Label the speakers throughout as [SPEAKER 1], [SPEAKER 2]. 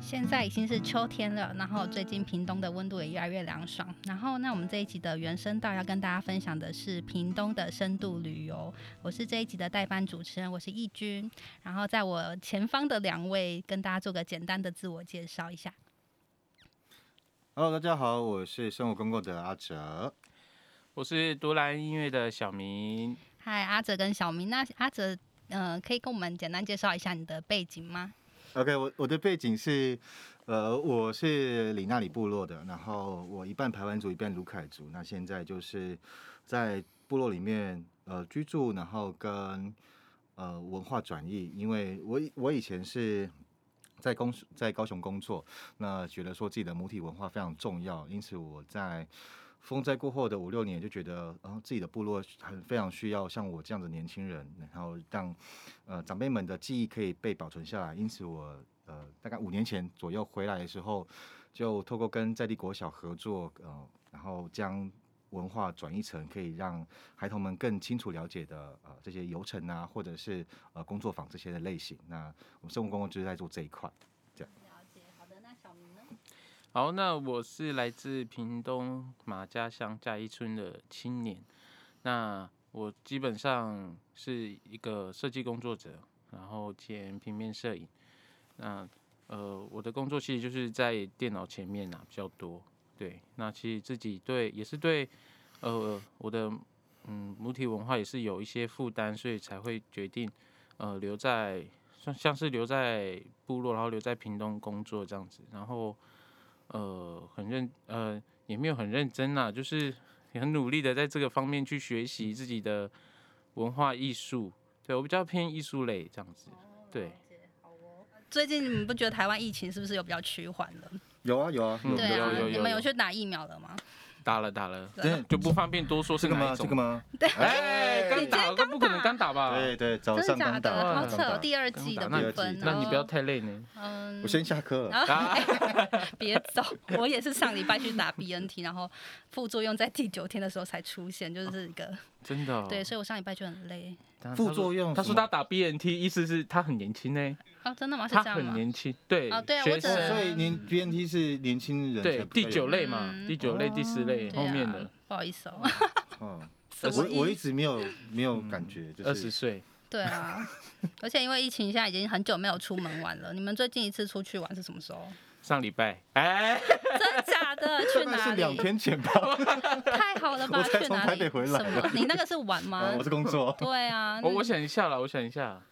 [SPEAKER 1] 现在已经是秋天了，然后最近屏东的温度也越来越凉爽。然后，那我们这一集的原声道要跟大家分享的是屏东的深度旅游。我是这一集的代班主持人，我是义军。然后，在我前方的两位跟大家做个简单的自我介绍一下。
[SPEAKER 2] Hello，大家好，我是生活公共的阿哲。
[SPEAKER 3] 我是独蓝音乐的小明，
[SPEAKER 1] 嗨，阿哲跟小明。那阿哲，嗯、可以跟我们简单介绍一下你的背景吗？
[SPEAKER 2] OK，我我的背景是，呃，我是里纳里部落的，然后我一半排湾族，一半卢凯族。那现在就是在部落里面呃居住，然后跟呃文化转移，因为我以我以前是。在公在高雄工作，那觉得说自己的母体文化非常重要，因此我在风灾过后的五六年就觉得，然、后自己的部落很非常需要像我这样的年轻人，然后让呃长辈们的记忆可以被保存下来，因此我呃大概五年前左右回来的时候，就透过跟在地国小合作，呃，然后将文化转译成可以让孩童们更清楚了解的呃这些游程啊，或者是呃工作坊这些的类型。那我们生活公共就是在做这一块。
[SPEAKER 1] 了解，好的。那小明呢？
[SPEAKER 3] 好，那我是来自屏东马家乡嘉义村的青年，那我基本上是一个设计工作者，然后兼平面摄影，那呃我的工作其实就是在电脑前面啊比较多，对，那其实自己对也是对呃我的嗯母体文化也是有一些负担，所以才会决定呃留在。像像是留在部落，然后留在屏东工作这样子，然后呃，很认呃，也没有很认真啦，就是也很努力的在这个方面去学习自己的文化艺术。对我比较偏艺术类这样子，对，
[SPEAKER 1] 最近你们不觉得台湾疫情是不是有比较趋缓了？
[SPEAKER 2] 有啊有啊，
[SPEAKER 3] 嗯
[SPEAKER 2] 有
[SPEAKER 1] 对啊
[SPEAKER 3] 有有有，
[SPEAKER 1] 你们有
[SPEAKER 3] 有
[SPEAKER 1] 去打疫苗了吗？
[SPEAKER 3] 打了打了，
[SPEAKER 2] 对
[SPEAKER 3] 就不方便多说是
[SPEAKER 2] 嗯这个
[SPEAKER 3] 哪
[SPEAKER 2] 吗？
[SPEAKER 3] 一
[SPEAKER 2] 这
[SPEAKER 3] 种
[SPEAKER 2] 个。吗？
[SPEAKER 3] 哎，刚打，
[SPEAKER 1] 今天刚打
[SPEAKER 3] 那不可能刚打吧？
[SPEAKER 2] 对对，早
[SPEAKER 1] 真的
[SPEAKER 2] 上
[SPEAKER 1] 假
[SPEAKER 2] 刚
[SPEAKER 1] 的？
[SPEAKER 2] 打，
[SPEAKER 1] 好
[SPEAKER 2] 刚
[SPEAKER 1] 扯哦！
[SPEAKER 2] 打
[SPEAKER 1] 第二季的
[SPEAKER 3] 刚打
[SPEAKER 1] 部分，
[SPEAKER 3] 那你不要
[SPEAKER 1] 哦
[SPEAKER 3] 太累呢。
[SPEAKER 1] 嗯
[SPEAKER 2] 我，先下课
[SPEAKER 1] 然
[SPEAKER 2] 了。
[SPEAKER 1] 后
[SPEAKER 3] 啊，
[SPEAKER 1] 别走，我也是上礼拜去打 BNT，然后副作用在第九天的时候才出现，就是一个
[SPEAKER 3] 真的哦。
[SPEAKER 1] 对，所以我上礼拜就很累
[SPEAKER 3] 他
[SPEAKER 2] 副作用
[SPEAKER 3] 他说
[SPEAKER 2] 什
[SPEAKER 3] 他
[SPEAKER 2] 么
[SPEAKER 3] 打 BNT，意思是他很年轻呢，
[SPEAKER 1] 啊，真的吗？是
[SPEAKER 3] 他
[SPEAKER 1] 这样
[SPEAKER 3] 很
[SPEAKER 1] 吗？
[SPEAKER 3] 年轻，对
[SPEAKER 1] 哦对啊我
[SPEAKER 3] 学
[SPEAKER 1] 只能
[SPEAKER 2] 哦，所
[SPEAKER 3] 生
[SPEAKER 2] 以您 BNT 是年轻人
[SPEAKER 3] 对
[SPEAKER 2] 才不
[SPEAKER 3] 第
[SPEAKER 2] 太
[SPEAKER 3] 九
[SPEAKER 2] 有
[SPEAKER 3] 类嘛，
[SPEAKER 1] 嗯
[SPEAKER 3] 第九类、第十类
[SPEAKER 1] 对啊
[SPEAKER 3] 后面的
[SPEAKER 1] 不好意思哦，
[SPEAKER 2] 嗯，
[SPEAKER 1] 什么
[SPEAKER 2] 我我
[SPEAKER 1] 意
[SPEAKER 2] 一
[SPEAKER 1] 思？
[SPEAKER 2] 直没有没有感觉，就
[SPEAKER 3] 嗯二
[SPEAKER 2] 是
[SPEAKER 3] 十岁，
[SPEAKER 1] 对啊，而且因为疫情，现在已经很久没有出门玩了。你们最近一次出去玩是什么时候？
[SPEAKER 3] 上礼拜，哎，
[SPEAKER 1] 真的假 的？去
[SPEAKER 2] 大概
[SPEAKER 1] 哪
[SPEAKER 2] 是两
[SPEAKER 1] 里？
[SPEAKER 2] 天 前吧，
[SPEAKER 1] 太好了吧？
[SPEAKER 2] 我才
[SPEAKER 1] 去
[SPEAKER 2] 从
[SPEAKER 1] 哪
[SPEAKER 2] 台
[SPEAKER 1] 里？
[SPEAKER 2] 北回来啊哦
[SPEAKER 1] 什么？你那个是 玩吗
[SPEAKER 2] 我？是哦工作，
[SPEAKER 1] 对啊，
[SPEAKER 3] 哦我我想一下啦，我想一下，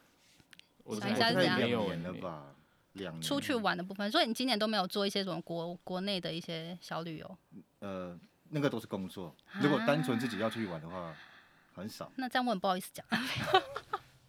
[SPEAKER 3] 我
[SPEAKER 1] 想
[SPEAKER 3] 才
[SPEAKER 1] 一下是怎样
[SPEAKER 2] 两
[SPEAKER 3] 没有
[SPEAKER 2] 年了
[SPEAKER 3] 欸
[SPEAKER 2] 吧，两年
[SPEAKER 1] 出去玩的部分，所以你今年都没有做一些什么国国内的一些小旅游。
[SPEAKER 2] 呃，那个都是工作，如果单纯自己要出去玩的话，很少。
[SPEAKER 1] 那这样我很不好意思讲，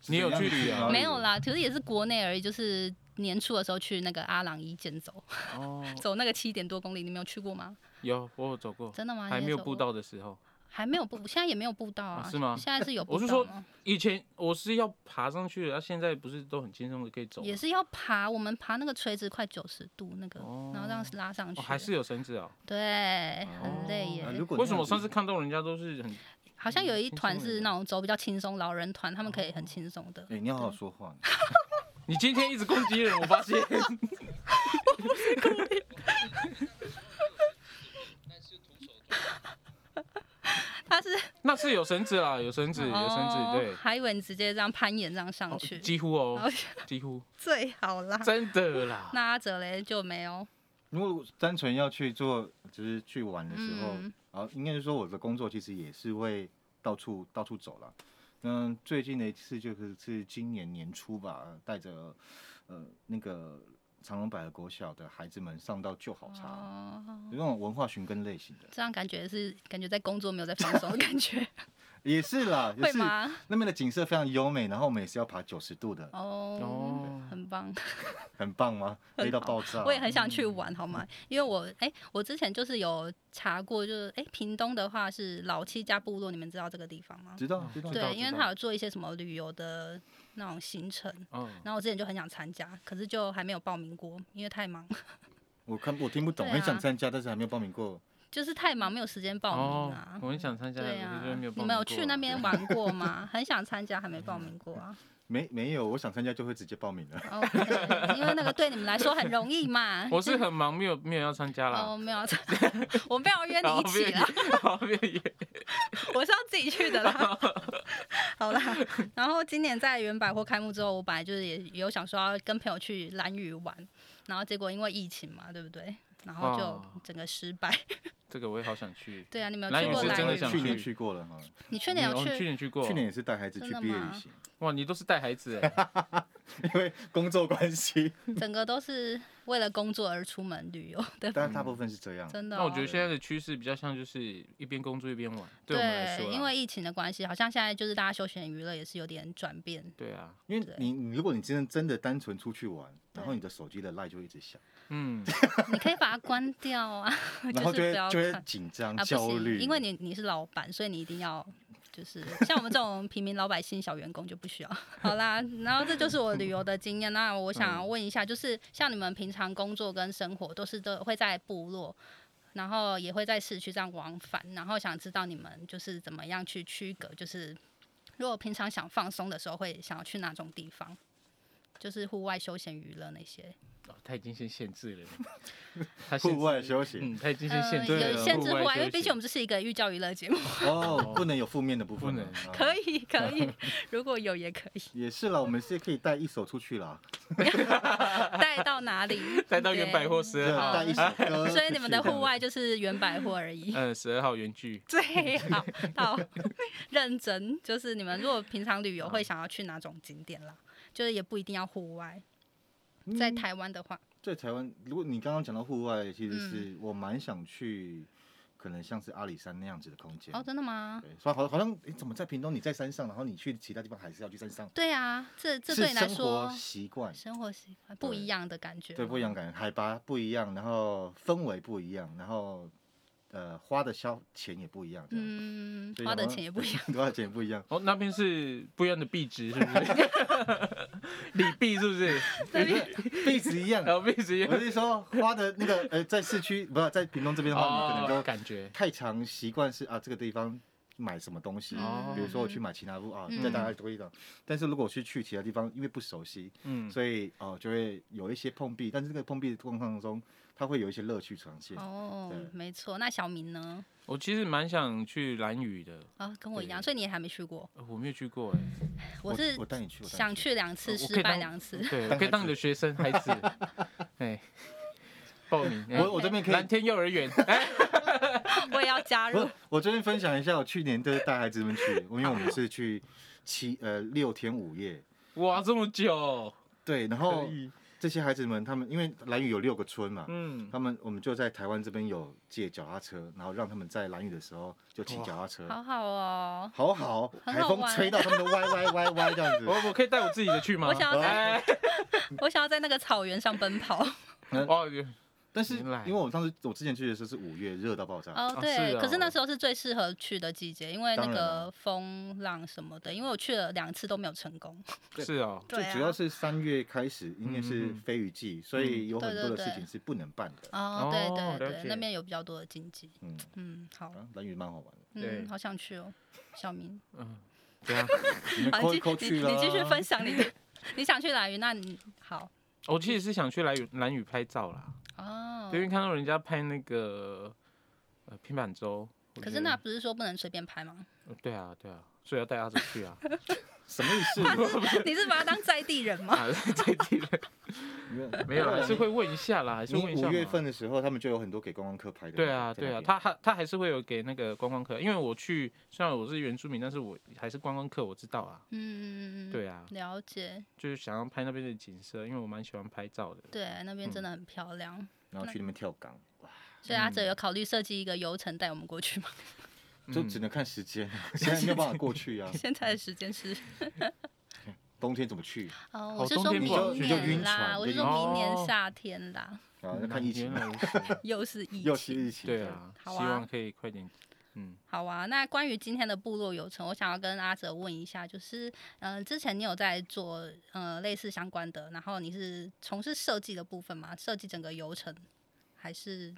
[SPEAKER 3] 你有去旅游哪里
[SPEAKER 1] 没有啦，其实也是国内而已，就是年初的时候去那个阿朗一健走，
[SPEAKER 3] 哦，
[SPEAKER 1] 走那个七点多公里，你没有去过吗？
[SPEAKER 3] 有我有走过，
[SPEAKER 1] 真的吗？
[SPEAKER 3] 还
[SPEAKER 1] 你也
[SPEAKER 3] 没有
[SPEAKER 1] 走
[SPEAKER 3] 步
[SPEAKER 1] 过，
[SPEAKER 3] 道的时候，
[SPEAKER 1] 还没有步，现在也没有步道啊，
[SPEAKER 3] 啊是吗
[SPEAKER 1] 现在是有步
[SPEAKER 3] 我是
[SPEAKER 1] 道
[SPEAKER 3] 说
[SPEAKER 1] 吗？
[SPEAKER 3] 以前我是要爬上去的，那现在不是都很轻松的可以走吗，
[SPEAKER 1] 也是要爬，我们爬那个垂直快九十度那个，
[SPEAKER 3] 哦
[SPEAKER 1] 然后这样拉上去，
[SPEAKER 3] 哦还是有绳子哦。
[SPEAKER 1] 对，很累耶。
[SPEAKER 2] 啊如果
[SPEAKER 3] 为什么我
[SPEAKER 2] 那样
[SPEAKER 3] 上
[SPEAKER 2] 子
[SPEAKER 3] 次看到人家都是很
[SPEAKER 1] 好像有一团
[SPEAKER 3] 轻松哦
[SPEAKER 1] 是那
[SPEAKER 3] 的
[SPEAKER 1] 种走比较轻松老人团，他们可以很轻松的。
[SPEAKER 2] 哎，你要好好说话。
[SPEAKER 3] 你今天一直攻击人，我 发现。
[SPEAKER 1] 他是
[SPEAKER 3] 那是有绳子啦，有绳子，有绳子，
[SPEAKER 1] 哦
[SPEAKER 3] 对，
[SPEAKER 1] 还以为你直接这样攀岩这样上
[SPEAKER 3] 哦
[SPEAKER 1] 去，
[SPEAKER 3] 几乎哦
[SPEAKER 1] 哦，
[SPEAKER 3] 几乎
[SPEAKER 1] 最好啦。
[SPEAKER 3] 真的啦。
[SPEAKER 1] 那阿哲嘞就没有，
[SPEAKER 2] 如果单纯要去做，就是去玩的时候，
[SPEAKER 1] 嗯
[SPEAKER 2] 啊，应该是说我的工作其实也是会到处到处走了。那最近的一次就是是今年年初吧，带着呃那个长隆百合国小的孩子们上到旧好茶，
[SPEAKER 1] 哦，
[SPEAKER 2] 有那种文化寻根类型的，
[SPEAKER 1] 这样感觉是感觉在工作没有在放松的感 觉，
[SPEAKER 2] 也是啦，也
[SPEAKER 1] 会
[SPEAKER 2] 是
[SPEAKER 1] 吗？
[SPEAKER 2] 那边的景色非常优美，然后我们也是要爬九十度的，
[SPEAKER 1] 哦，
[SPEAKER 3] 哦，
[SPEAKER 1] 很棒，
[SPEAKER 2] 很棒吗？累到爆炸
[SPEAKER 1] 我。也很想去
[SPEAKER 3] 嗯
[SPEAKER 1] 玩，好吗？因为我哎、我之前就是有查过，就是哎、屏东的话是老七家部落，你们知道这个地方吗？
[SPEAKER 2] 知道知道，
[SPEAKER 3] 知道
[SPEAKER 1] 对，因为
[SPEAKER 3] 知道
[SPEAKER 1] 他有做一些什么旅游的那种行程，
[SPEAKER 3] 哦，
[SPEAKER 1] 然后我之前就很想参加，可是就还没有报名过，因为太忙，
[SPEAKER 2] 我看我听不懂，
[SPEAKER 1] 对啊
[SPEAKER 2] 很想参加，但是还没有报名过。
[SPEAKER 1] 就是太忙没有时间报
[SPEAKER 3] 哦
[SPEAKER 1] 名啊。
[SPEAKER 3] 我很想参加，
[SPEAKER 1] 对
[SPEAKER 3] 可是就
[SPEAKER 1] 啊
[SPEAKER 3] 没有，报
[SPEAKER 1] 你们有
[SPEAKER 3] 名过
[SPEAKER 1] 去那边玩过吗？很想参加，还没报名过啊。
[SPEAKER 2] 没没有，我想参加就会直接报名了。
[SPEAKER 1] OK，因为那个对你们来说很容易嘛。
[SPEAKER 3] 我是很忙，没有没有要参加
[SPEAKER 1] 哦，
[SPEAKER 3] 啦。
[SPEAKER 1] 没有， 我没有约你
[SPEAKER 3] 好
[SPEAKER 1] 一起啊啦，
[SPEAKER 3] 好别也
[SPEAKER 1] 我是要自己去 的啦。好啦，然后今年在原百货开幕之后，我本来就是也有想说要跟朋友去蓝屿玩，然后结果因为疫情嘛，对不对？然后就
[SPEAKER 3] 哦
[SPEAKER 1] 整个失败。
[SPEAKER 3] 这个我也好想去。
[SPEAKER 1] 对啊，你没有
[SPEAKER 3] 蓝
[SPEAKER 1] 去
[SPEAKER 3] 屿
[SPEAKER 1] 过
[SPEAKER 3] 是真的
[SPEAKER 1] 蓝屿
[SPEAKER 3] 想
[SPEAKER 2] 去
[SPEAKER 1] 吗？
[SPEAKER 2] 年
[SPEAKER 3] 去
[SPEAKER 2] 去过了哈，
[SPEAKER 1] 你 去年
[SPEAKER 3] 你
[SPEAKER 1] 有
[SPEAKER 3] 哦去
[SPEAKER 1] 去？
[SPEAKER 3] 年去过？
[SPEAKER 2] 去年也是带孩子去
[SPEAKER 1] 真的
[SPEAKER 2] 毕业
[SPEAKER 1] 吗
[SPEAKER 2] 旅行，
[SPEAKER 3] 哇，你都是带孩 子哎，
[SPEAKER 2] 因为工作关系，
[SPEAKER 1] 整个都是为了工作而出门旅游的，
[SPEAKER 2] 但大部分是这 样。
[SPEAKER 1] 真的哦、
[SPEAKER 3] 哦那我觉得现在的趋势比较像就是一边工作一边玩，对我们来
[SPEAKER 1] 对，
[SPEAKER 3] 说啦。
[SPEAKER 1] 因为疫情的关系，好像现在就是大家休闲娱乐也是有点转变。
[SPEAKER 3] 对啊，
[SPEAKER 2] 因为
[SPEAKER 1] 对
[SPEAKER 2] 你，你如果你真的真的单纯出去玩，然后
[SPEAKER 1] 对
[SPEAKER 2] 你的手机的 line 就一直 响，
[SPEAKER 3] 嗯，
[SPEAKER 1] 你可以把它关掉啊，
[SPEAKER 2] 然后
[SPEAKER 1] 是
[SPEAKER 2] 就
[SPEAKER 1] 不
[SPEAKER 2] 会
[SPEAKER 1] 要
[SPEAKER 2] 就会
[SPEAKER 1] 看
[SPEAKER 2] 紧张、
[SPEAKER 1] 啊，不
[SPEAKER 2] 焦虑，
[SPEAKER 1] 行，因为你你是老板，所以你一定要就是像我们这种平民老百姓、小员工就不需要。 好啦，然后这就是我旅游的经验。那我想问一下，就是像你们平常工作跟生活都是都会在部落。然后也会在市区这样往返，然后想知道你们就是怎么样去区隔，就是如果平常想放松的时候，会想要去哪种地方，就是户外休闲娱乐那些。
[SPEAKER 3] 哦他已经先限制了， 他限
[SPEAKER 2] 户
[SPEAKER 3] 制
[SPEAKER 2] 外休闲
[SPEAKER 3] 嗯，他已经先
[SPEAKER 1] 嗯，
[SPEAKER 3] 限制
[SPEAKER 1] 有
[SPEAKER 3] 了，
[SPEAKER 1] 限制户外，因为毕
[SPEAKER 3] 休闲
[SPEAKER 1] 竟我们这是一个寓教于乐节目，
[SPEAKER 2] 哦，不能有负面的部分
[SPEAKER 3] 不
[SPEAKER 2] 了
[SPEAKER 3] 能，
[SPEAKER 2] 啊
[SPEAKER 1] 可以可 以，如果有也可以。
[SPEAKER 2] 也是啦，我们是可以带一手出去啦，
[SPEAKER 1] 带到哪 里？
[SPEAKER 3] 带到原百货十
[SPEAKER 2] 对
[SPEAKER 3] 二
[SPEAKER 1] 好
[SPEAKER 3] 号，
[SPEAKER 2] 带一首歌出去。
[SPEAKER 1] 所以你们的户外就是原百货而
[SPEAKER 2] 呃
[SPEAKER 1] 已。
[SPEAKER 3] 嗯，十二号原剧。
[SPEAKER 1] 最好到认真，就是你们如果平常旅游会想要去哪种景点啦？就是也不一定要户外，
[SPEAKER 2] 嗯
[SPEAKER 1] 在台湾的话，
[SPEAKER 2] 在台湾，如果你刚刚讲到户外，其实
[SPEAKER 1] 嗯
[SPEAKER 2] 是我蛮想去，可能像是阿里山那样子的空间
[SPEAKER 1] 哦，。真的吗？
[SPEAKER 2] 对，所以好好像诶，怎么在屏东你在山上，然后你去其他地方还是要去山上，
[SPEAKER 1] 对啊，这这
[SPEAKER 2] 是
[SPEAKER 1] 对你来
[SPEAKER 2] 生活
[SPEAKER 1] 说
[SPEAKER 2] 习惯，
[SPEAKER 1] 生活习惯不一样的感觉，
[SPEAKER 2] 对，不一样。感觉，海拔不一样，然后氛围不一样，然后呃花的消钱也不一样，这样。
[SPEAKER 1] 嗯，
[SPEAKER 2] 所以
[SPEAKER 1] 花的
[SPEAKER 2] 好像
[SPEAKER 1] 钱也不一样。
[SPEAKER 2] 多少钱也不 一样，
[SPEAKER 3] 哦，那边是不一样的币值，是不是？ 里币是不是？
[SPEAKER 2] 币值一样。
[SPEAKER 3] 然后币值也
[SPEAKER 2] 我是说花的那个呃，在市区不是在屏东这边的话，你可能
[SPEAKER 3] 哦，
[SPEAKER 2] 就
[SPEAKER 3] 感觉
[SPEAKER 2] 太常习惯是啊这个地方买什么东西，
[SPEAKER 3] 哦
[SPEAKER 2] 比如说我去买其他物啊，
[SPEAKER 1] 嗯
[SPEAKER 2] 在大家推的。但是如果我去去其他地方，因为不熟悉，
[SPEAKER 3] 嗯，
[SPEAKER 2] 所以哦、就会有一些碰壁，但是这个碰壁的过程当中，它会有一些乐趣呈现。
[SPEAKER 1] 哦
[SPEAKER 2] 对，
[SPEAKER 1] 没错。那小明呢？
[SPEAKER 3] 我其实蛮想去蓝屿的，
[SPEAKER 1] 啊，跟我一样，
[SPEAKER 3] 对
[SPEAKER 1] 所以你也还没去过。
[SPEAKER 3] 呃我没有去过哎。
[SPEAKER 1] 我是
[SPEAKER 2] 我带你去，我带你
[SPEAKER 1] 想去两次，
[SPEAKER 3] 我
[SPEAKER 1] 失
[SPEAKER 3] 可以
[SPEAKER 1] 败
[SPEAKER 3] 当
[SPEAKER 1] 两次。
[SPEAKER 3] 对，我可以当你的学生 孩子，哎，报名。哎
[SPEAKER 2] 我我这边可以
[SPEAKER 3] 蓝天幼儿园，哎，
[SPEAKER 1] 我也要加入
[SPEAKER 2] 我。我这边分享一下，我去年就是带孩子们去，因为我们是去七呃六天五夜，
[SPEAKER 3] 哇，这么久，
[SPEAKER 2] 对，然
[SPEAKER 3] 可
[SPEAKER 2] 后
[SPEAKER 3] 以，
[SPEAKER 2] 这些孩子们他们因为兰屿有六个村嘛，
[SPEAKER 3] 嗯，
[SPEAKER 2] 他们我们就在台湾这边有借脚踏车，然后让他们在兰屿的时候就骑脚踏车，
[SPEAKER 1] 好好哦，
[SPEAKER 2] 好好，
[SPEAKER 1] 很
[SPEAKER 2] 海
[SPEAKER 1] 好
[SPEAKER 2] 风
[SPEAKER 1] 玩
[SPEAKER 2] 吹到他们都歪歪歪歪这 样子，
[SPEAKER 3] 我我可以带我自己的去吗？
[SPEAKER 1] 我想要
[SPEAKER 3] 哎，
[SPEAKER 1] 我想要在那个草原上奔跑。
[SPEAKER 3] 哦，
[SPEAKER 2] 但是
[SPEAKER 3] 原来
[SPEAKER 2] 因为我当时我之前去的时候是五月，热到爆炸，
[SPEAKER 1] 哦，对，
[SPEAKER 3] 是
[SPEAKER 1] 可是那
[SPEAKER 3] 哦
[SPEAKER 1] 时候是最适合去的季节，因为那
[SPEAKER 2] 当然
[SPEAKER 1] 个
[SPEAKER 2] 了
[SPEAKER 1] 风浪什么的，因为我去了两次都没有成功。
[SPEAKER 2] 对
[SPEAKER 3] 是哦，
[SPEAKER 2] 最
[SPEAKER 1] 对啊
[SPEAKER 2] 主要是三月开始，因为
[SPEAKER 3] 嗯
[SPEAKER 2] 是
[SPEAKER 3] 嗯嗯
[SPEAKER 2] 飞鱼季，所以有很多
[SPEAKER 1] 对
[SPEAKER 2] 的
[SPEAKER 1] 对
[SPEAKER 2] 事
[SPEAKER 1] 对
[SPEAKER 2] 情是不能办的。
[SPEAKER 1] 哦，对
[SPEAKER 3] 哦
[SPEAKER 1] 对
[SPEAKER 3] 了
[SPEAKER 1] 对，那
[SPEAKER 3] 解
[SPEAKER 1] 边有比较多的禁忌。
[SPEAKER 2] 嗯，
[SPEAKER 1] 嗯，好，
[SPEAKER 2] 啊，蓝屿蛮好玩的。
[SPEAKER 1] 嗯，
[SPEAKER 3] 对
[SPEAKER 1] 好想去哦，小明，
[SPEAKER 3] 嗯，对啊。
[SPEAKER 2] 你们
[SPEAKER 1] 好，
[SPEAKER 2] 扣
[SPEAKER 1] 你
[SPEAKER 2] 一扣
[SPEAKER 1] 继
[SPEAKER 2] 去
[SPEAKER 1] 你
[SPEAKER 2] 了，
[SPEAKER 1] 你继续分。享你的，你想去哪云，那你好
[SPEAKER 3] 我其实是想去蓝屿蓝屿拍照啦，
[SPEAKER 1] 哦
[SPEAKER 3] 因。为看到人家拍那个呃平板舟，我
[SPEAKER 1] 可
[SPEAKER 3] 觉
[SPEAKER 1] 是
[SPEAKER 3] 得
[SPEAKER 1] 那不是说不能随便拍吗？
[SPEAKER 3] 呃对啊对啊，所以要带阿哲去啊，
[SPEAKER 2] 什么意 思？
[SPEAKER 1] 你是把他当在地人吗？
[SPEAKER 3] 啊 在地人没有啦， 还是会问一下啦，还是
[SPEAKER 2] 因
[SPEAKER 3] 问
[SPEAKER 2] 为
[SPEAKER 3] 一下
[SPEAKER 2] 五
[SPEAKER 3] 嘛
[SPEAKER 2] 月份。的时候，他们就有很多给观光客拍的。
[SPEAKER 3] 对啊，
[SPEAKER 2] 在那
[SPEAKER 3] 对啊，
[SPEAKER 2] 边
[SPEAKER 3] 他还他还是会有给那个观光客，因为我去虽然我是原住民，但是我还是观光客，我知道啊。
[SPEAKER 1] 嗯，嗯嗯嗯，
[SPEAKER 3] 对啊，
[SPEAKER 1] 了解，
[SPEAKER 3] 就是想要拍那边的景色，因为我蛮喜欢拍照的。
[SPEAKER 1] 对，那边真
[SPEAKER 3] 嗯
[SPEAKER 1] 的很漂亮。
[SPEAKER 2] 然后去那边跳港，
[SPEAKER 1] 所以阿哲有考虑设计一个游程带我们过去吗？
[SPEAKER 3] 嗯
[SPEAKER 2] 就只能看时间，现在没有办法过去 啊。
[SPEAKER 1] 现在的时间是，
[SPEAKER 2] 冬天怎么去？
[SPEAKER 1] 哦，
[SPEAKER 2] 啊
[SPEAKER 3] 好
[SPEAKER 1] 我是
[SPEAKER 3] 冬
[SPEAKER 1] 说
[SPEAKER 3] 天
[SPEAKER 1] 明
[SPEAKER 3] 不好去你就
[SPEAKER 1] 年
[SPEAKER 2] 晕
[SPEAKER 1] 啦，
[SPEAKER 2] 船
[SPEAKER 1] 我是
[SPEAKER 2] 就
[SPEAKER 1] 说明
[SPEAKER 3] 晕
[SPEAKER 1] 年
[SPEAKER 3] 哦
[SPEAKER 1] 夏天啦，
[SPEAKER 2] 然后看疫情啊
[SPEAKER 3] 原，来如此
[SPEAKER 1] 又是 疫
[SPEAKER 2] 又是
[SPEAKER 1] 情。
[SPEAKER 2] 疫情。
[SPEAKER 3] 嗯对，啊，希
[SPEAKER 1] 好啊
[SPEAKER 3] 望可以快点，嗯，
[SPEAKER 1] 好啊，那关于今天的部落游程，我想要跟阿哲问一下，就是，嗯、之前你有在做呃类似相关的，然后你是从事设计的部分吗？设计整个游程，还是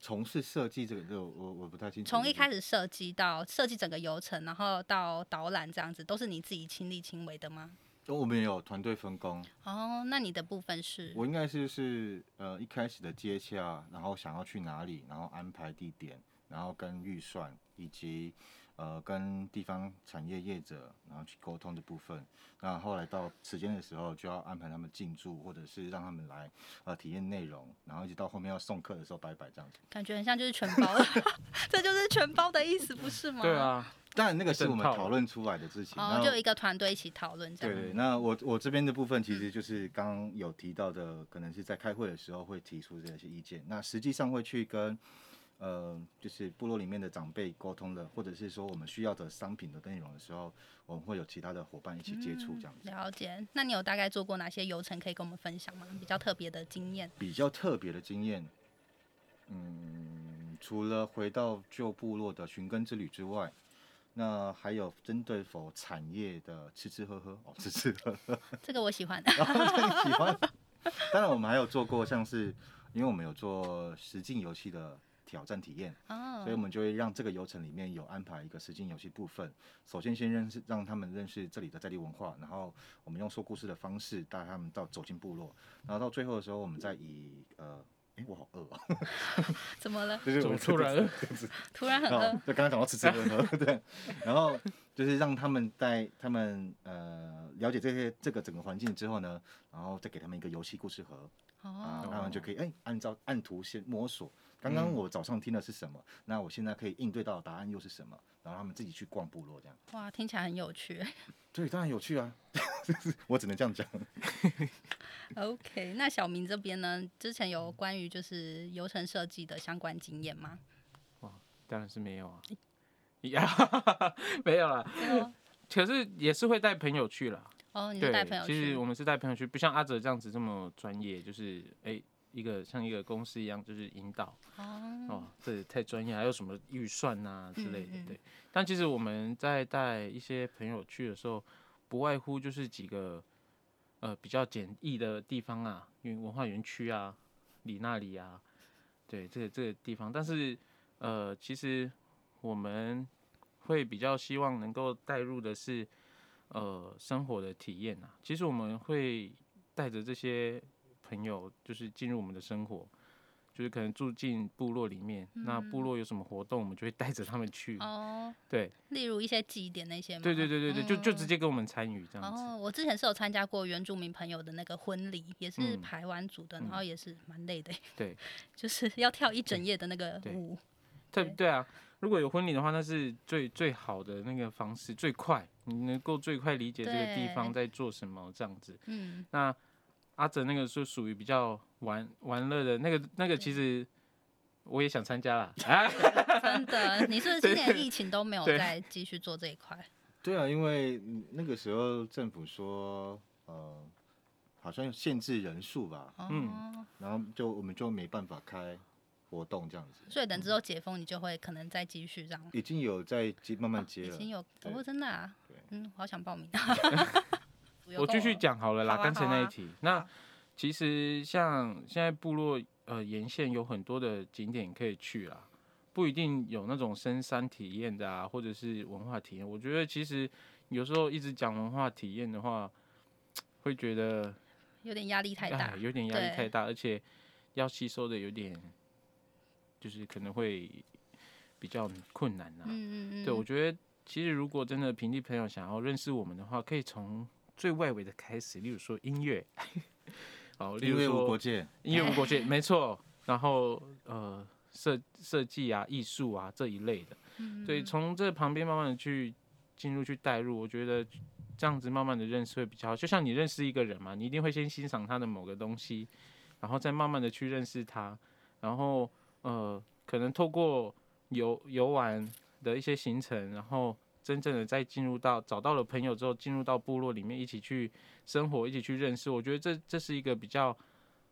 [SPEAKER 2] 从事设计这个，就我我不太清楚。
[SPEAKER 1] 从一
[SPEAKER 3] 嗯
[SPEAKER 1] 开
[SPEAKER 2] 始，
[SPEAKER 1] 始设计到设计整个游程，然后到导览这样子，都是你自己亲力亲为的吗？
[SPEAKER 2] 我们也有团队分工，
[SPEAKER 1] 哦，那你的部分是
[SPEAKER 2] 我应该是是呃一开始的接洽，然后想要去哪里，然后安排地点，然后跟预算以及呃跟地方产业业者，然后去沟通的部分。那后来到时间的时候，就要安排他们进驻，或者是让他们来呃体验内容，然后一直到后面要送客的时候拜拜这样子。
[SPEAKER 1] 感觉很像就是全包 了，这就是全包的意思，不是吗？
[SPEAKER 3] 对，啊，
[SPEAKER 2] 当然那个是我们
[SPEAKER 3] 整套
[SPEAKER 2] 讨论出来的事情，
[SPEAKER 1] 哦，
[SPEAKER 2] 那
[SPEAKER 1] 就有一个团队一起讨论这
[SPEAKER 2] 对
[SPEAKER 1] 样。
[SPEAKER 2] 对，那我我这边的部分其实就是刚刚有提到的，可能是在开会的时候会提出这些意见，那实际上会去跟呃，就是部落里面的长辈沟通的，或者是说我们需要的商品的内容的时候，我们会有其他的伙伴一起接触这样
[SPEAKER 1] 嗯
[SPEAKER 2] 子。
[SPEAKER 1] 了解，那你有大概做过哪些流程可以跟我们分享吗？比较特别的经验
[SPEAKER 2] 比较特别的经验，嗯，除了回到旧部落的寻根之旅之外。那还有针对否产业的吃吃喝喝哦，吃吃喝喝
[SPEAKER 1] 这个我喜 欢。
[SPEAKER 2] 喜欢。当然，我们还有做过像是，因为我们有做实境游戏的挑战体验，
[SPEAKER 1] 哦
[SPEAKER 2] 所以我们就会让这个游程里面有安排一个实境游戏部分。首先先认识，让他们认识这里的在地文化，然后我们用说故事的方式带他们到走进部落，然后到最后的时候，我们再以呃。哎，我好饿啊！
[SPEAKER 1] 怎么了？
[SPEAKER 2] 就是
[SPEAKER 3] 怎
[SPEAKER 2] 我
[SPEAKER 3] 么突 然
[SPEAKER 1] 突然很
[SPEAKER 2] 哦，
[SPEAKER 1] 饿，
[SPEAKER 2] 就刚刚讲到吃吃喝喝，对，然后就是让他们带他们呃了解这些这个整个环境之后呢，然后再给他们一个游戏故事盒，啊，
[SPEAKER 1] 哦，
[SPEAKER 2] 那我们就可以哎、按照按图先摸索。刚
[SPEAKER 3] 嗯
[SPEAKER 2] 刚我早上听的是什么？那我现在可以应对到的答案又是什么？然后他们自己去逛部落这样。
[SPEAKER 1] 哇，听起来很有趣。
[SPEAKER 2] 对，当然有趣啊， 我只能这样讲。
[SPEAKER 1] OK，那小明这边呢，之前有关于就是流程设计的相关经验吗？
[SPEAKER 3] 当然是没有啊， 呀，没有啦。
[SPEAKER 1] 没有
[SPEAKER 3] 可是也是会带朋友去啦。
[SPEAKER 1] 哦，你
[SPEAKER 3] 对，
[SPEAKER 1] 是带朋友
[SPEAKER 3] 其实
[SPEAKER 1] 去
[SPEAKER 3] 我们是带朋友去，不像阿哲这样子这么专业，就是哎、一个像一个公司一样，就是引导
[SPEAKER 1] 哦，
[SPEAKER 3] 哦，这也太专业，还有什么预算呐、之类的。
[SPEAKER 1] 嗯嗯
[SPEAKER 3] 对，但其实我们在带一些朋友去的时候，不外乎就是几个呃比较简易的地方啊，因为文化园区啊、里那里啊，对，这个这个地方。但是呃，其实我们会比较希望能够带入的是呃生活的体验啊。其实我们会带着这些朋友，就是进入我们的生活。就是可能住进部落里面，那部落有什么活动，我们就会带着他们去。
[SPEAKER 1] 嗯哦，
[SPEAKER 3] 对，
[SPEAKER 1] 例如一些祭典那些吗？
[SPEAKER 3] 对对对对对，就就直
[SPEAKER 1] 嗯。
[SPEAKER 3] 接跟我们参与这样子。
[SPEAKER 1] 哦，我之前是有参加过原住民朋友的那个婚礼，也是
[SPEAKER 3] 嗯
[SPEAKER 1] 排完组的，
[SPEAKER 3] 嗯
[SPEAKER 1] 然后也是蛮累的，
[SPEAKER 3] 对，
[SPEAKER 1] 就是要跳一整夜的那个
[SPEAKER 3] 对
[SPEAKER 1] 舞。
[SPEAKER 3] 特
[SPEAKER 1] 对
[SPEAKER 3] 对啊，如果有婚礼的话，那是最最好的那个方式，最快，你能够最快理解这个地方在做什么这样子。
[SPEAKER 1] 嗯，
[SPEAKER 3] 那阿哲那个是属于比较玩玩乐的那个那个，其实我也想参 加啦。哎，
[SPEAKER 1] 真的，你是不 是今年疫情都没有
[SPEAKER 3] 对
[SPEAKER 1] 再继续做这一块？
[SPEAKER 2] 对啊，因为嗯那个时候政府说，呃，好像限制人数吧，
[SPEAKER 1] 哦
[SPEAKER 3] 嗯，
[SPEAKER 2] 然后就我们就没办法开活动这样子。
[SPEAKER 1] 所以等之
[SPEAKER 3] 嗯
[SPEAKER 1] 后解封，你就会可能再继续这样。
[SPEAKER 2] 已经有在接慢慢接
[SPEAKER 1] 已
[SPEAKER 2] 了，
[SPEAKER 1] 经有
[SPEAKER 2] 对
[SPEAKER 1] 哦，真的啊
[SPEAKER 2] 对，
[SPEAKER 1] 嗯，我好想报名。
[SPEAKER 3] 我继续讲好了啦，
[SPEAKER 1] 好啊
[SPEAKER 3] 刚才那
[SPEAKER 1] 好
[SPEAKER 3] 一
[SPEAKER 1] 啊
[SPEAKER 3] 题。那其实像现在部落呃沿线有很多的景点可以去啦，不一定有那种深山体验的啊，或者是文化体验。我觉得其实有时候一直讲文化体验的话，会觉得
[SPEAKER 1] 有点压力太大
[SPEAKER 3] 哎，。有点压力
[SPEAKER 1] 对
[SPEAKER 3] 太大，而且要吸收的有点，就是可能会比较困难啊。
[SPEAKER 1] 嗯嗯嗯，
[SPEAKER 3] 对，我觉得其实如果真的平地朋友想要认识我们的话，可以从最外围的开始，例如说音乐，好，例
[SPEAKER 2] 因
[SPEAKER 3] 如
[SPEAKER 2] 为无国
[SPEAKER 3] 说
[SPEAKER 2] 界，
[SPEAKER 3] 音乐无国界，没错。然后呃，设设计啊、艺术啊这一类的，
[SPEAKER 1] 嗯
[SPEAKER 3] 对，从这旁边慢慢的去进入去带入，我觉得这样子慢慢的认识会比较好。就像你认识一个人嘛，你一定会先欣赏他的某个东西，然后再慢慢的去认识他，然后呃，可能透过游游玩的一些行程，然后真正的再进入到找到了朋友之后，进入到部落里面一起去生活，一起去认识。我觉得这这是一个比较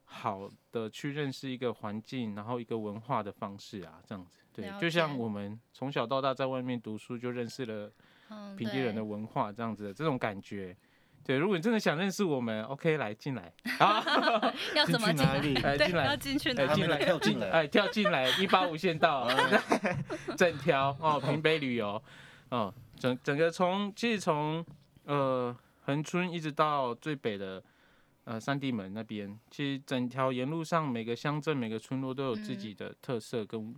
[SPEAKER 3] 好的去认识一个环境，然后一个文化的方式啊，这样子。对
[SPEAKER 1] 了，
[SPEAKER 3] 就像
[SPEAKER 1] 解
[SPEAKER 3] 我们从小到大在外面读书，就认识了
[SPEAKER 1] 嗯
[SPEAKER 3] 平地人的
[SPEAKER 1] 对
[SPEAKER 3] 文化这样子的这种感觉。对，如果你真的想认识我们，OK，来进来， 啊，
[SPEAKER 1] 要怎么
[SPEAKER 2] 去
[SPEAKER 1] 进
[SPEAKER 2] 哪
[SPEAKER 1] 来？
[SPEAKER 2] 里？
[SPEAKER 3] 来
[SPEAKER 1] 对，
[SPEAKER 3] 进来
[SPEAKER 1] 要，进去哪
[SPEAKER 3] 哎，
[SPEAKER 1] 里？
[SPEAKER 3] 进来，
[SPEAKER 2] 他们跳进来
[SPEAKER 3] 哎，跳进来，一八五线道， 整哦条哦，平北旅游，哦，整整个从其实从呃横村一直到最北的呃三地门那边，其实整条沿路上每个乡镇、每个村落都有自己的特色跟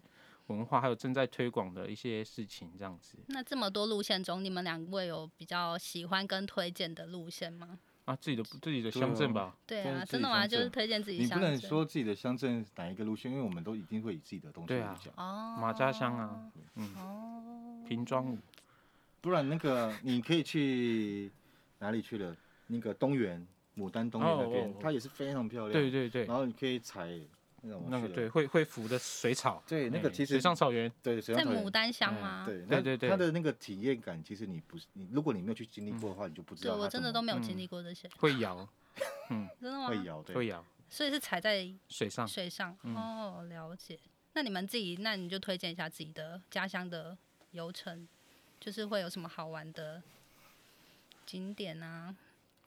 [SPEAKER 3] 文化，还有正在推广的一些事情，这样子
[SPEAKER 1] 那这么多路线中，你们两位有比较喜欢跟推荐的路线吗？
[SPEAKER 3] 啊，自己的自己的
[SPEAKER 2] 对
[SPEAKER 3] 乡镇
[SPEAKER 2] 啊
[SPEAKER 3] 吧，
[SPEAKER 1] 对
[SPEAKER 2] 对
[SPEAKER 1] 啊，
[SPEAKER 2] 自
[SPEAKER 1] 真的
[SPEAKER 2] 己
[SPEAKER 1] 吗？
[SPEAKER 2] 乡
[SPEAKER 1] 就是
[SPEAKER 2] 镇
[SPEAKER 1] 推荐自己
[SPEAKER 2] 你不
[SPEAKER 1] 乡
[SPEAKER 2] 能
[SPEAKER 1] 镇
[SPEAKER 2] 说自己的乡镇哪一个路线，因为我们都一定会以自己的东西
[SPEAKER 3] 对
[SPEAKER 2] 为
[SPEAKER 3] 啊
[SPEAKER 2] 讲，
[SPEAKER 1] 哦，
[SPEAKER 3] 马家乡啊，嗯，
[SPEAKER 1] 哦，
[SPEAKER 3] 平
[SPEAKER 2] 嗯
[SPEAKER 3] 庄舞
[SPEAKER 2] 不然那个你可以去哪里去了？那个东园，牡丹东园那边，
[SPEAKER 3] 哦哦哦
[SPEAKER 2] 它也是非常漂亮。
[SPEAKER 3] 对对对
[SPEAKER 2] 然，后你可以采那种
[SPEAKER 3] 那个
[SPEAKER 2] 去了
[SPEAKER 3] 对会会浮的水草，
[SPEAKER 2] 哦对那个
[SPEAKER 3] 哎
[SPEAKER 2] 其实
[SPEAKER 3] 水上草原，
[SPEAKER 2] 对，水
[SPEAKER 1] 在
[SPEAKER 2] 上草
[SPEAKER 1] 牡
[SPEAKER 2] 原。
[SPEAKER 1] 丹乡
[SPEAKER 3] 嗯
[SPEAKER 1] 吗？
[SPEAKER 2] 对
[SPEAKER 3] 对
[SPEAKER 2] 那
[SPEAKER 3] 对对
[SPEAKER 2] 它的那个体验感，其实你不是你，如果你没有去经历过的话，你就不知
[SPEAKER 1] 对，
[SPEAKER 2] 道它怎么。
[SPEAKER 1] 我真的都没有经
[SPEAKER 3] 嗯
[SPEAKER 1] 历过这些，
[SPEAKER 3] 会摇
[SPEAKER 1] 真的吗？
[SPEAKER 2] 会摇，
[SPEAKER 3] 会
[SPEAKER 2] 对，
[SPEAKER 3] 摇
[SPEAKER 1] 所以是踩在
[SPEAKER 3] 水 上。
[SPEAKER 1] 水上。
[SPEAKER 3] 嗯
[SPEAKER 1] 哦，了解。那你们自己，那你就推荐一下自己的家乡的游程，就是会有什么好玩的景点啊？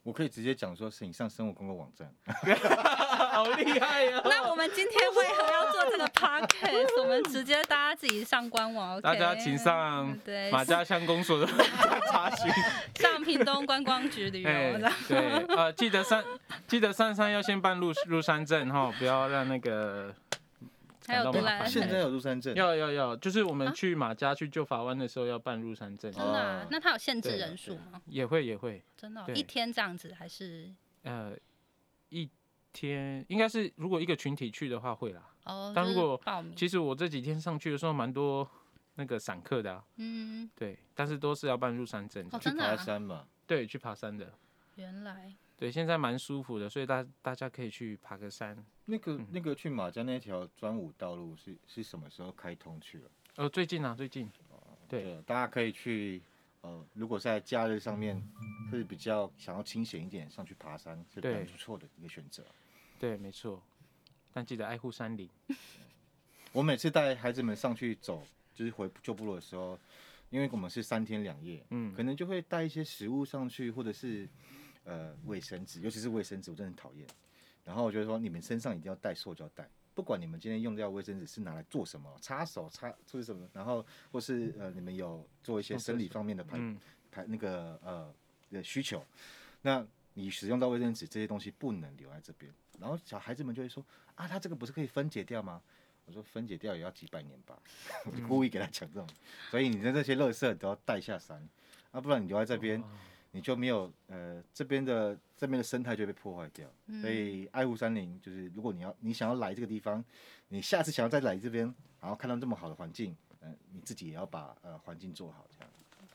[SPEAKER 2] 我可以直接讲说，是你上生活公共网站，
[SPEAKER 3] 好厉害
[SPEAKER 2] 啊
[SPEAKER 3] 呀、
[SPEAKER 1] 那我们今天为何要做这个 podcast？我们直接大家自己上官网，
[SPEAKER 3] 大家请上啊
[SPEAKER 1] 嗯对
[SPEAKER 3] 马家乡 公所的查询，
[SPEAKER 1] 上屏东观光局旅游。
[SPEAKER 3] 哎
[SPEAKER 1] 这样，
[SPEAKER 3] 对，呃，记得 上记得上山要先办入入山证哈，不要让那个
[SPEAKER 1] 还有
[SPEAKER 3] 感到
[SPEAKER 1] 独
[SPEAKER 3] 麻
[SPEAKER 1] 来
[SPEAKER 3] 烦
[SPEAKER 2] 现在有入山证，
[SPEAKER 3] 要要要，就是我
[SPEAKER 1] 啊
[SPEAKER 3] 们去马家去旧法湾的时候要办入山证，
[SPEAKER 1] 真的啊、
[SPEAKER 2] 哦
[SPEAKER 1] 那它有限制
[SPEAKER 3] 对啊
[SPEAKER 1] 人数
[SPEAKER 2] 对
[SPEAKER 1] 吗？
[SPEAKER 3] 也会也会，
[SPEAKER 1] 真的哦、
[SPEAKER 3] 对
[SPEAKER 1] 一天这样子还是？
[SPEAKER 3] 呃，一天应该是如果一个群体去的话会啦。
[SPEAKER 1] 哦，
[SPEAKER 3] 但
[SPEAKER 1] 就
[SPEAKER 3] 如
[SPEAKER 1] 是
[SPEAKER 3] 果
[SPEAKER 1] 报名，
[SPEAKER 3] 其实我这几天上去的时候蛮多那个散客的啊，
[SPEAKER 1] 嗯，
[SPEAKER 3] 对，但是都是要办入山证
[SPEAKER 1] 哦
[SPEAKER 3] 的，
[SPEAKER 2] 去
[SPEAKER 1] 真的啊
[SPEAKER 2] 爬山嘛，
[SPEAKER 3] 对，去爬山的，
[SPEAKER 1] 原来
[SPEAKER 3] 对，现在蛮舒服的，所以大大家可以去爬个山。
[SPEAKER 2] 那个
[SPEAKER 3] 嗯
[SPEAKER 2] 那个去马家那条专武道路是是什么时候开通去了？
[SPEAKER 3] 呃，最近啊，最近，对，
[SPEAKER 2] 大家可以去呃，如果是在假日上面是比较想要清闲一点，上去爬山是
[SPEAKER 3] 对
[SPEAKER 2] 蛮不错的一个选择。
[SPEAKER 3] 对，没错，但记得爱护山林。
[SPEAKER 2] 我每次带孩子们上去走，就是回旧部落的时候，因为我们是三天两夜，
[SPEAKER 3] 嗯
[SPEAKER 2] 可能就会带一些食物上去，或者是呃卫生纸，尤其是卫生纸，我真的很讨厌。然后我就说，你们身上一定要带塑胶袋，不管你们今天用掉卫生纸是拿来做什么，擦手、擦做什么，然后或是呃你们有做一些
[SPEAKER 3] 上厕
[SPEAKER 2] 生理
[SPEAKER 3] 所
[SPEAKER 2] 方面的排、
[SPEAKER 3] 嗯，
[SPEAKER 2] 排那个呃的需求，那你使用到卫生纸这些东西不能留在这边。然后小孩子们就会说啊，它这个不是可以分解掉吗？我说分解掉也要几百年吧， 我就故意给他讲这种。所以你的这些垃圾都要带下山，啊，不然你留在这边，你就没有呃这边的这边的生态就被破坏掉。
[SPEAKER 1] 嗯
[SPEAKER 2] 所以爱护山林就是，如果你要你想要来这个地方，你下次想要再来这边，然后看到这么好的环境，嗯、你自己也要把呃环境做好这样。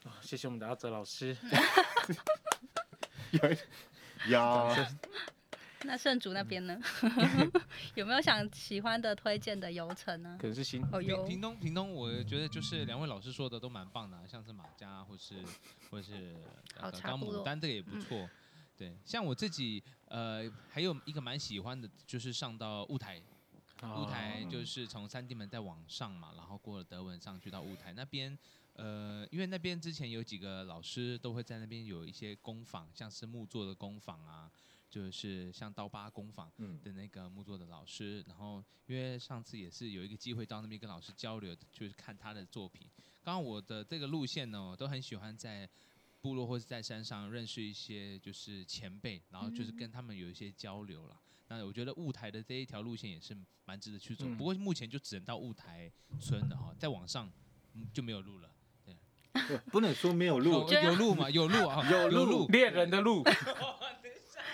[SPEAKER 3] 哦谢谢我们的阿哲老师。
[SPEAKER 2] 有。
[SPEAKER 1] 那圣主那边呢？ 有没有想喜欢的推荐的游程呢？
[SPEAKER 3] 可能是新
[SPEAKER 1] 哦
[SPEAKER 4] 屏
[SPEAKER 1] 有，
[SPEAKER 4] 屏东屏东，我觉得就是两位老师说的都蛮棒的啊、像是马家或是或是
[SPEAKER 1] 好
[SPEAKER 4] 呃
[SPEAKER 1] 茶
[SPEAKER 4] 刚
[SPEAKER 1] 部落嗯
[SPEAKER 4] 牡丹这个也不错。对，像我自己呃还有一个蛮喜欢的，就是上到雾台，
[SPEAKER 3] 哦
[SPEAKER 4] 雾台就是从三地门再往上嘛，然后过了德文上去到雾台那边。呃，因为那边之前有几个老师都会在那边有一些工坊，像是木做的工坊啊，就是像刀疤工坊。
[SPEAKER 2] 嗯，
[SPEAKER 4] 的那个木作的老师，然后因为上次也是有一个机会到那边跟老师交流，就是看他的作品。刚刚我的这个路线呢，我都很喜欢在部落或是在山上认识一些就是前辈，然后就是
[SPEAKER 2] 嗯
[SPEAKER 4] 跟他们有一些交流啦。那我觉得雾台的这一条路线也是蛮值得去走，
[SPEAKER 3] 嗯
[SPEAKER 4] 不过目前就只能到雾台村了哈，再往上嗯就没有路了。
[SPEAKER 2] 不能说没有路
[SPEAKER 4] 哦，
[SPEAKER 1] 觉得
[SPEAKER 4] 有路嘛，有路啊，
[SPEAKER 2] 有路
[SPEAKER 4] 路，
[SPEAKER 3] 猎人的 路，哦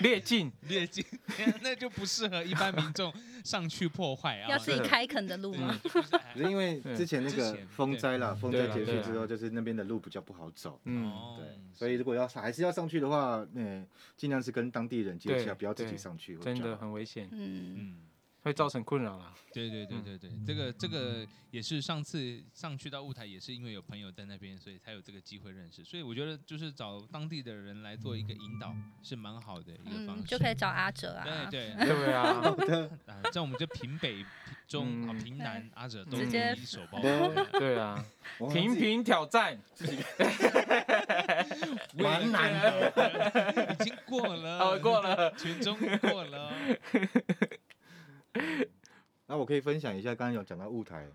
[SPEAKER 3] 猎境，
[SPEAKER 4] 列进， 那就不适合一般民众上去破坏啊。嗯
[SPEAKER 1] 要自己
[SPEAKER 3] 是
[SPEAKER 1] 开垦的路吗？
[SPEAKER 2] 可是因为之前那个
[SPEAKER 4] 之前
[SPEAKER 2] 风灾啦，风灾
[SPEAKER 3] 对啊
[SPEAKER 2] 结束
[SPEAKER 3] 对啊
[SPEAKER 2] 之后，就是那边的路比较不好走。
[SPEAKER 3] 嗯，
[SPEAKER 4] 哦，
[SPEAKER 2] 对，所以如果要上还是要上去的话，嗯，尽量是跟当地人接洽，
[SPEAKER 3] 对
[SPEAKER 2] 不要自己
[SPEAKER 3] 对
[SPEAKER 2] 上去。会
[SPEAKER 3] 真
[SPEAKER 2] 比较
[SPEAKER 3] 的
[SPEAKER 2] 好
[SPEAKER 3] 很危险，
[SPEAKER 1] 嗯，
[SPEAKER 4] 嗯，
[SPEAKER 3] 会造成困扰啦。
[SPEAKER 4] 对对对对对，这
[SPEAKER 2] 嗯
[SPEAKER 4] 个这个也是上次上去到雾台，也是因为有朋友在那边，所以才有这个机会认识。所以我觉得就是找当地的人来做一个引导是蛮好的一个方式，
[SPEAKER 1] 嗯，就可以找阿哲啊
[SPEAKER 4] 对，对。
[SPEAKER 3] 对啊，
[SPEAKER 4] 啊，这样我们就平北、平中、好
[SPEAKER 3] 嗯
[SPEAKER 4] 平南、阿哲都
[SPEAKER 1] 直接
[SPEAKER 4] 一手包
[SPEAKER 2] 对
[SPEAKER 4] 办，
[SPEAKER 3] 对啊，
[SPEAKER 2] 我好像
[SPEAKER 3] 频
[SPEAKER 2] 自己
[SPEAKER 3] 频挑战，
[SPEAKER 2] 蛮难的。
[SPEAKER 4] 已经过了，
[SPEAKER 3] 哦，过，了，
[SPEAKER 4] 全中过 了哦。
[SPEAKER 2] 那我可以分享一下，刚刚有讲到雾台，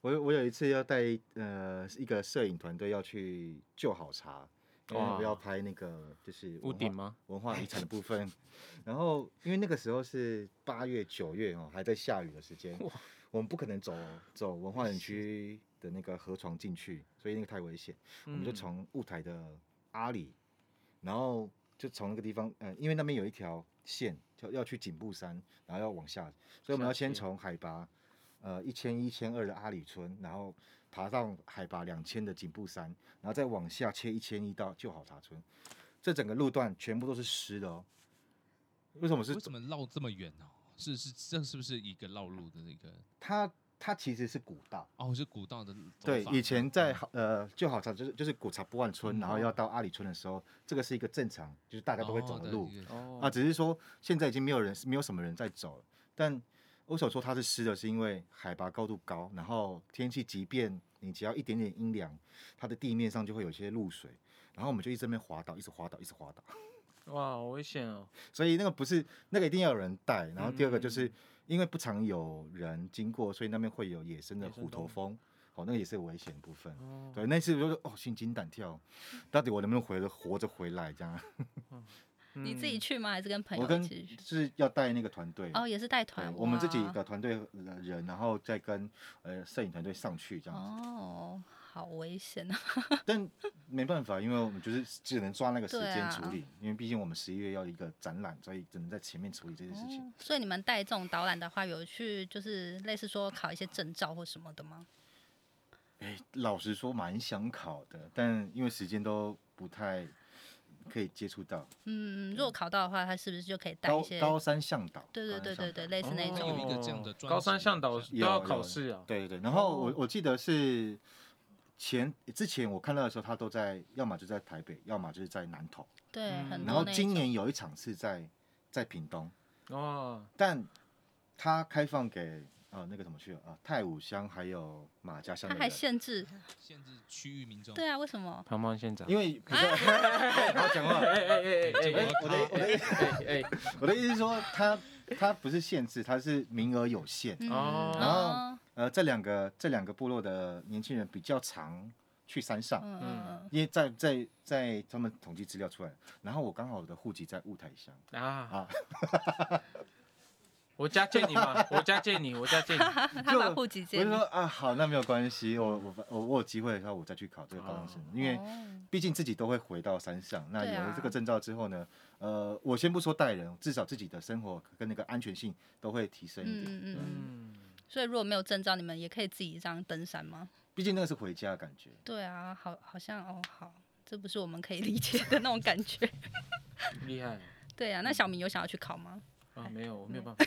[SPEAKER 2] 我有我有一次要带呃一个摄影团队要去旧好茶，因为我
[SPEAKER 3] 哇
[SPEAKER 2] 要拍那个就是
[SPEAKER 3] 屋
[SPEAKER 2] 文化
[SPEAKER 3] 顶吗？
[SPEAKER 2] 文化遗产的部分。 然后因为那个时候是八月九月哦，还在下雨的时间
[SPEAKER 3] 哇，
[SPEAKER 2] 我们不可能走走文化园区的那个河床进去，所以那个太危险。我们就
[SPEAKER 3] 嗯
[SPEAKER 2] 从雾台的阿里，然后就从那个地方，呃，因为那边有一条线，就要去景步山，然后要往下，所以我们要
[SPEAKER 3] 下去
[SPEAKER 2] 先从海拔，呃，一千一千二的阿里村，然后爬到海拔两千的景步山，然后再往下切一千一到旧好茶村，这整个路段全部都是湿的哦。为什么是
[SPEAKER 4] 为什么绕这么远呢、哦是是，这是不是一个绕路的那个？
[SPEAKER 2] 它？它其实是古道，
[SPEAKER 4] 哦，是古道的走法。
[SPEAKER 2] 对，以前在
[SPEAKER 4] 嗯
[SPEAKER 2] 好呃就好茶就是就是古茶布万村，然后要到阿里村的时候，这个是一个正常，就是大家都会走
[SPEAKER 4] 哦
[SPEAKER 2] 的
[SPEAKER 4] 对
[SPEAKER 2] 路。
[SPEAKER 4] 一个
[SPEAKER 3] 哦
[SPEAKER 2] 啊，只是说现在已经没有人，没有什么人在走了。但我所说它是湿的，是因为海拔高度高，然后天气即便你只要一点点阴凉，它的地面上就会有一些露水，然后我们就一直在那边滑倒，一直滑倒，一直滑倒。
[SPEAKER 3] 哇，好危险哦！
[SPEAKER 2] 所以那个不是那个一定要有人带，然后第二个
[SPEAKER 3] 嗯
[SPEAKER 2] 就是因为不常有人经过，所以那边会有野生的
[SPEAKER 3] 野生
[SPEAKER 2] 虎头
[SPEAKER 3] 动物
[SPEAKER 2] 蜂，哦，那个也是危险的部分。
[SPEAKER 3] 哦，
[SPEAKER 2] 对，那次我就说哦，心惊胆跳，到底我能不能回得活着回来？这样，
[SPEAKER 1] 你自己
[SPEAKER 3] 嗯
[SPEAKER 1] 去吗？还是跟朋
[SPEAKER 2] 我
[SPEAKER 1] 友
[SPEAKER 2] 跟
[SPEAKER 1] 一起去？
[SPEAKER 2] 是要带那个团队
[SPEAKER 1] 哦，也是带
[SPEAKER 2] 对
[SPEAKER 1] 团，，
[SPEAKER 2] 我们自己
[SPEAKER 1] 哇
[SPEAKER 2] 的团队的人，然后再跟呃摄影团队上去这样子。
[SPEAKER 1] 哦，好危险啊！
[SPEAKER 2] 但没办法，因为我们就是只能抓那个时
[SPEAKER 1] 对
[SPEAKER 2] 间
[SPEAKER 1] 啊
[SPEAKER 2] 处理，因为毕竟我们十一月要一个展览，所以只能在前面处理这件事情。
[SPEAKER 1] 哦所以你们带这种导览的话，有去就是类似说考一些证照或什么的吗？
[SPEAKER 2] 哎、老实说蛮想考的，但因为时间都不太可以接触到。
[SPEAKER 1] 嗯，如果考到的话，他是不是就可以带
[SPEAKER 2] 高
[SPEAKER 1] 一些？
[SPEAKER 2] 高山向导，
[SPEAKER 1] 对对
[SPEAKER 2] 高山
[SPEAKER 1] 对
[SPEAKER 2] 向
[SPEAKER 1] 对
[SPEAKER 2] 导
[SPEAKER 1] 对，类似那
[SPEAKER 4] 哦有
[SPEAKER 1] 种。
[SPEAKER 4] 一个这样的
[SPEAKER 3] 哦
[SPEAKER 4] 专
[SPEAKER 3] 高山
[SPEAKER 4] 辑
[SPEAKER 3] 向导
[SPEAKER 4] 好
[SPEAKER 3] 都
[SPEAKER 4] 像
[SPEAKER 3] 要
[SPEAKER 2] 有
[SPEAKER 3] 考
[SPEAKER 2] 有
[SPEAKER 3] 试啊。
[SPEAKER 2] 对对对，然后我
[SPEAKER 3] 哦
[SPEAKER 2] 我记得是前之前我看到的时候，他都在，要么就在台北，要么就是在南投，
[SPEAKER 1] 对，很
[SPEAKER 3] 嗯
[SPEAKER 2] 然后
[SPEAKER 1] 多那
[SPEAKER 2] 今
[SPEAKER 1] 种。
[SPEAKER 2] 年有一场是在在屏东，
[SPEAKER 3] 哦，
[SPEAKER 2] 但它开放给呃那个怎么去了啊？太武乡还有马家乡
[SPEAKER 1] 他
[SPEAKER 2] 的
[SPEAKER 1] 还
[SPEAKER 2] 人，
[SPEAKER 1] 限制，
[SPEAKER 4] 限制区域民众。
[SPEAKER 1] 对啊，为什么？
[SPEAKER 3] 胖胖县长，
[SPEAKER 2] 因为不是 好讲话。
[SPEAKER 3] 哎哎哎哎哎
[SPEAKER 2] 我的我的
[SPEAKER 3] 哎哎，
[SPEAKER 2] 我的意思是说，它它不是限制，它是名额有限。
[SPEAKER 1] 嗯
[SPEAKER 3] 哦
[SPEAKER 2] 然后呃，这两个这两个部落的年轻人比较常去山上，
[SPEAKER 1] 嗯嗯
[SPEAKER 2] 因为在在在他们统计资料出来，然后我刚好我的户籍在雾台乡，
[SPEAKER 3] 啊！ 我家借你嘛，我家借你，我家借你。
[SPEAKER 1] 嗯，他把户籍
[SPEAKER 2] 我
[SPEAKER 1] 借
[SPEAKER 2] 就
[SPEAKER 1] 你
[SPEAKER 2] 说。啊好，那没有关系，我我我我有机会的话我再去考这个高中生，因为
[SPEAKER 1] 哦
[SPEAKER 2] 毕竟自己都会回到山上，那
[SPEAKER 1] 对
[SPEAKER 2] 有
[SPEAKER 1] 啊
[SPEAKER 2] 了这个证照之后呢，呃，我先不说带人，至少自己的生活跟那个安全性都会提升一
[SPEAKER 1] 嗯
[SPEAKER 2] 点。
[SPEAKER 1] 嗯嗯，
[SPEAKER 3] 嗯，
[SPEAKER 1] 所以如果没有证照，你们也可以自己这样登山吗？
[SPEAKER 2] 毕竟那个是回家的感觉。
[SPEAKER 1] 对啊，好，好像哦，好，这不是我们可以理解的那种感觉。
[SPEAKER 3] 厉害
[SPEAKER 1] 对啊，那小明有想要去考吗？
[SPEAKER 3] 啊！没有，我没有办法。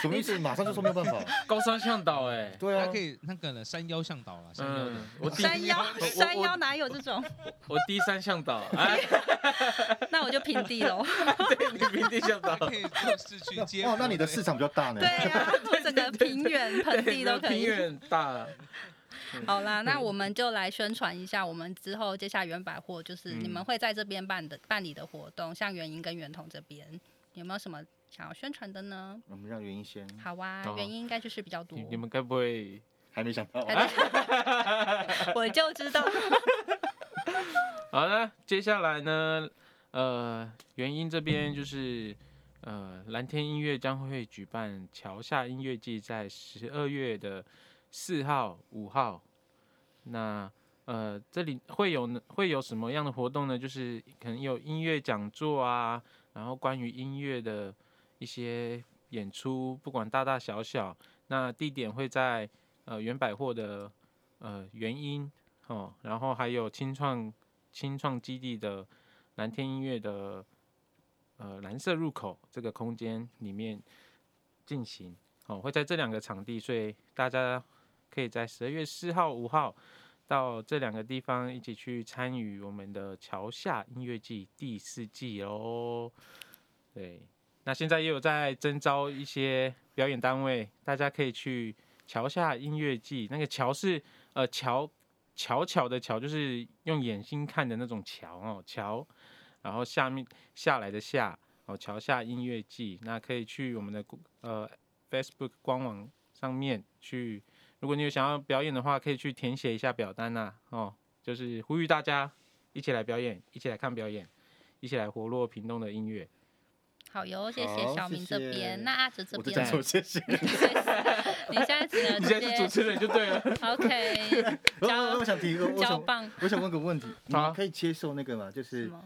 [SPEAKER 2] 什么意思？马上就说没有 办法？
[SPEAKER 3] 高山向导，哎，
[SPEAKER 2] 对
[SPEAKER 4] 他
[SPEAKER 2] 啊
[SPEAKER 4] 可，以那个了，山腰向导了，山腰
[SPEAKER 3] 嗯
[SPEAKER 4] 的。，
[SPEAKER 3] 我第
[SPEAKER 1] 山腰
[SPEAKER 3] 我，我
[SPEAKER 1] 山腰哪有这种？
[SPEAKER 3] 我第三向导，哎，
[SPEAKER 1] 那我就平地喽。
[SPEAKER 3] 对，你平地 向导
[SPEAKER 4] 他，可以做市区接
[SPEAKER 2] 哦，那你的市
[SPEAKER 4] 市
[SPEAKER 2] 场比较大呢
[SPEAKER 1] 对。啊， 整个平原盆地都可
[SPEAKER 3] 平
[SPEAKER 1] 以。
[SPEAKER 3] 原大，
[SPEAKER 1] 好啦，那我们就来宣传一下我们之后接下来原百货，就是你们
[SPEAKER 3] 嗯
[SPEAKER 1] 会在这边办的办理的活动，像元英跟圆筒这边有没有什么想要宣传的呢？
[SPEAKER 2] 我们让元英先，
[SPEAKER 1] 好啊
[SPEAKER 3] 好，啊
[SPEAKER 1] 元英应该就是比较多
[SPEAKER 3] 你。你们该不会
[SPEAKER 2] 还没想到啊
[SPEAKER 1] 还在我就知道，
[SPEAKER 3] 好的，接下来呢，呃，原因这边就是，呃，蓝天音乐将会举办桥下音乐季，在十二月的四号、五号。那呃，这里会有呢会有什么样的活动呢？就是可能有音乐讲座啊，然后关于音乐的一些演出，不管大大小小。那地点会在呃原百货的呃原因哦，然后还有青创青创基地的蓝天音乐的呃蓝色入口这个空间里面进行哦，会在这两个场地，所以大家可以在十二月四号、五号到这两个地方一起去参与我们的桥下音乐季第四季哦。对，那现在也有在征招一些表演单位，大家可以去桥下音乐季，那个桥是呃桥巧巧的巧，就是用眼睛看的那种桥哦，桥，然后下面下来的下哦，桥下音乐季，那可以去我们的呃 Facebook 官网上面去，如果你有想要表演的话，可以去填写一下表单呐、哦，就是呼吁大家一起来表演，一起来看表演，一起来活络屏东的音乐。
[SPEAKER 1] 好哟，谢谢
[SPEAKER 2] 好
[SPEAKER 1] 小明这
[SPEAKER 2] 谢谢
[SPEAKER 1] 边，那阿哲这
[SPEAKER 2] 我就
[SPEAKER 1] 边
[SPEAKER 2] 讲
[SPEAKER 1] 呢，
[SPEAKER 2] 说 谢谢。
[SPEAKER 1] 你现在只能
[SPEAKER 3] 你
[SPEAKER 1] 直
[SPEAKER 3] 现在是主
[SPEAKER 1] 接
[SPEAKER 3] 持人就对了。
[SPEAKER 1] OK
[SPEAKER 2] 我
[SPEAKER 1] 交
[SPEAKER 2] 我我想提，我我
[SPEAKER 1] 交
[SPEAKER 2] 想
[SPEAKER 1] 棒
[SPEAKER 2] 我想问个问题，你
[SPEAKER 3] 好
[SPEAKER 2] 们可以接受那个吗？就是是
[SPEAKER 1] 吗？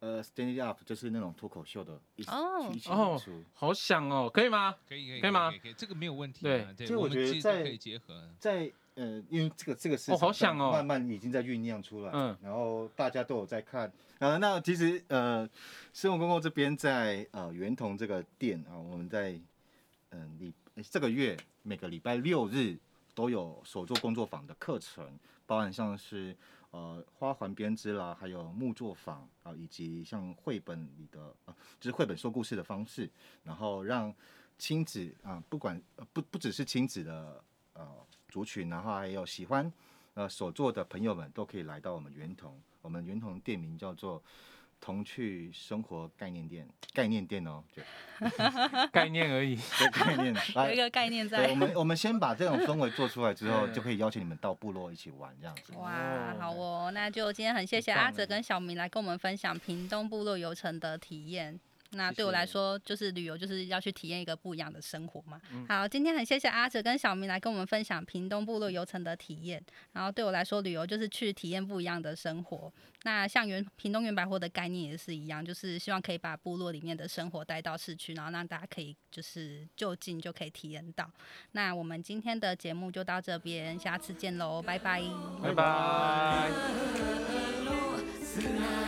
[SPEAKER 2] 呃，stand up，就是那种脱口秀的，一起
[SPEAKER 1] 哦
[SPEAKER 2] 一起
[SPEAKER 3] 哦
[SPEAKER 2] 演出。
[SPEAKER 3] 好想哦，可以吗？
[SPEAKER 4] 可以可以
[SPEAKER 3] 可以吗
[SPEAKER 4] 以，这个没有问题
[SPEAKER 3] 对
[SPEAKER 4] 啊。对，
[SPEAKER 2] 其实我
[SPEAKER 4] 们
[SPEAKER 2] 觉得
[SPEAKER 4] 其实都
[SPEAKER 2] 在
[SPEAKER 4] 可以结合。
[SPEAKER 2] 在呃，因为这个这个是
[SPEAKER 3] 哦好想哦
[SPEAKER 2] 慢慢已经在酝酿出来，
[SPEAKER 3] 嗯
[SPEAKER 2] 然后大家都有在看，啊，那其实呃，生活公共这边在呃圆筒这个店啊，我们在嗯礼、呃这个月每个礼拜六日都有手作工作坊的课程，包含像是呃花环编织啦，还有木作坊啊，以及像绘本里的啊，就是绘本说故事的方式，然后让亲子啊，不管呃不不只是亲子的呃族群，然后还有喜欢呃手作的朋友们都可以来到我们圆筒，我们圆筒店名叫做。童趣生活概念店，概念店哦，对，
[SPEAKER 3] 概念 而已。
[SPEAKER 2] 对概念，
[SPEAKER 1] 有
[SPEAKER 2] 来
[SPEAKER 1] 一个概念
[SPEAKER 2] 对，我
[SPEAKER 1] 在。
[SPEAKER 2] 们我们先把这种氛围做出 来之后，
[SPEAKER 3] 嗯
[SPEAKER 2] 就可以邀请你们到部落一起玩这样子。
[SPEAKER 1] 哇
[SPEAKER 3] 哦，
[SPEAKER 1] 好哦，那就今天很谢谢
[SPEAKER 3] 很棒
[SPEAKER 1] 阿哲
[SPEAKER 3] 哎
[SPEAKER 1] 跟小明来跟我们分享屏东部落游程的体验。那
[SPEAKER 3] 谢
[SPEAKER 1] 对我来
[SPEAKER 3] 谢
[SPEAKER 1] 说，就是旅游就是要去体验一个不一样的生活嘛。
[SPEAKER 3] 嗯
[SPEAKER 1] 好，今天很谢谢阿哲跟小明来跟我们分享屏东部落游程的体验。然后对我来说，旅游就是去体验不一样的生活。那像原屏东原百货的概念也是一样，就是希望可以把部落里面的生活带到市区，然后让大家可以就是就近就可以体验到。那我们今天的节目就到这边，下次见喽，拜拜。
[SPEAKER 3] 拜拜。
[SPEAKER 5] 砂浜